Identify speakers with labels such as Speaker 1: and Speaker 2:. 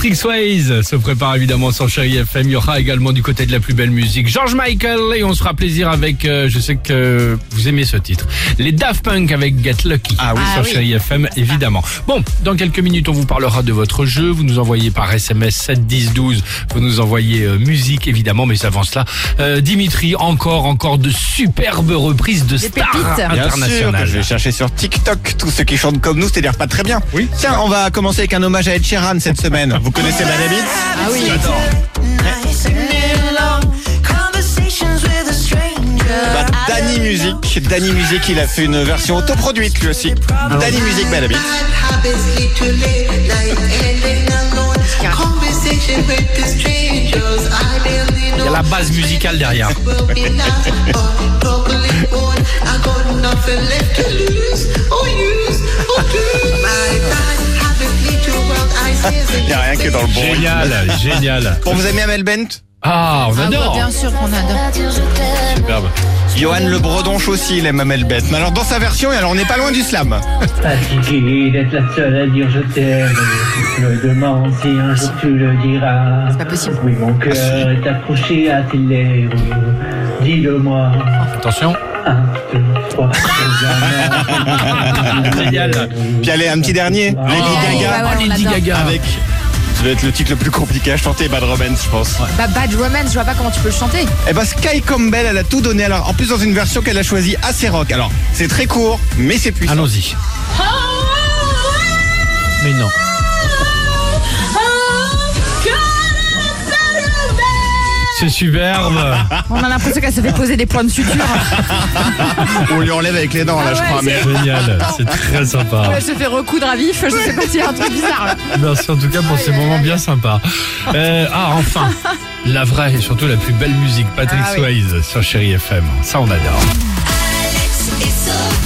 Speaker 1: Six Ways se prépare évidemment sur Chéri FM. Il y aura également du côté de la plus belle musique George Michael et on se fera plaisir avec, euh, je sais que vous aimez ce titre, les Daft Punk avec Get Lucky. Ah oui, sur
Speaker 2: oui.
Speaker 1: Chéri FM évidemment. Bon, dans quelques minutes on vous parlera de votre jeu. Vous nous envoyez par SMS 7 10 12. Vous nous envoyez euh, musique évidemment, mais avant cela, euh, Dimitri encore encore de superbes reprises de stars
Speaker 2: pépites. Bien
Speaker 3: Bien sûr que
Speaker 1: internationales.
Speaker 3: je vais chercher sur TikTok tous ceux qui chantent comme nous, c'est-à-dire pas très bien.
Speaker 1: Oui.
Speaker 3: Tiens, on va commencer avec un hommage à Ed Sheeran cette semaine. Vous connaissez Madame Hits
Speaker 2: Ah oui.
Speaker 4: Nice and near long conversations with a stranger.
Speaker 3: bah, Danny Music, Danny Music, il a fait une version autoproduite lui aussi. Danny Music, Madame Hits.
Speaker 4: Bad habits lead to late night ending alone. Conversation with the strangers. I barely
Speaker 1: Il y a
Speaker 4: know.
Speaker 1: la base musicale derrière.
Speaker 4: Will be nice or probably won't. I got nothing left to lose or use or do. My bad habits lead to world I see.
Speaker 3: Il y a rien que dans le bon.
Speaker 1: Génial, génial.
Speaker 3: Bon, vous aimez Amel Bent
Speaker 1: Ah, on
Speaker 2: Ah, bah,
Speaker 1: adore.
Speaker 2: bien sûr qu'on adore.
Speaker 1: Superbe.
Speaker 3: Johan Le Bredonche aussi, il aime Amel Bent. Mais alors dans sa version, et alors on n'est pas loin du slam.
Speaker 5: Fatigué d'être la seule à dire je t'aime. Je me demande si un jour tu le diras.
Speaker 2: pas possible.
Speaker 5: Oui, mon cœur est accroché à tes lèvres. Dis-le-moi.
Speaker 1: Attention.
Speaker 5: Un, deux, trois. jamais.
Speaker 1: Génial.
Speaker 3: Puis allez, un petit dernier.
Speaker 1: Ah,
Speaker 3: Lady
Speaker 2: allez,
Speaker 3: Gaga
Speaker 2: ouais, ouais, on
Speaker 1: Lady
Speaker 2: l'adore.
Speaker 1: Gaga.
Speaker 3: avec. Ça va être le titre le plus compliqué à chanter, Bad Romance, je pense.
Speaker 2: Bah, Bad Romance, je vois pas comment tu peux le chanter.
Speaker 3: Eh ben Sky Campbell, elle a tout donné. Alors en plus dans une version qu'elle a choisie assez rock. Alors c'est très court, mais c'est
Speaker 1: Ah,
Speaker 3: puissant.
Speaker 1: Allons-y. Mais non. C'est superbe.
Speaker 2: On a l'impression qu'elle se fait poser des points de suture.
Speaker 3: Ah On lui enlève avec les dents là,
Speaker 2: Ah
Speaker 3: je
Speaker 2: ouais,
Speaker 3: crois. Mais...
Speaker 1: Génial. C'est très sympa.
Speaker 2: Elle se fait recoudre à vif. Je sais pas s'il y a un truc bizarre. là.
Speaker 1: Merci en tout cas pour ces moments bien sympas. Euh, ah, enfin. La vraie et surtout la plus belle musique, Patrick
Speaker 2: Ah oui.
Speaker 1: Swayze sur Chéri FM. Ça, on adore.
Speaker 4: Alex et Sophie.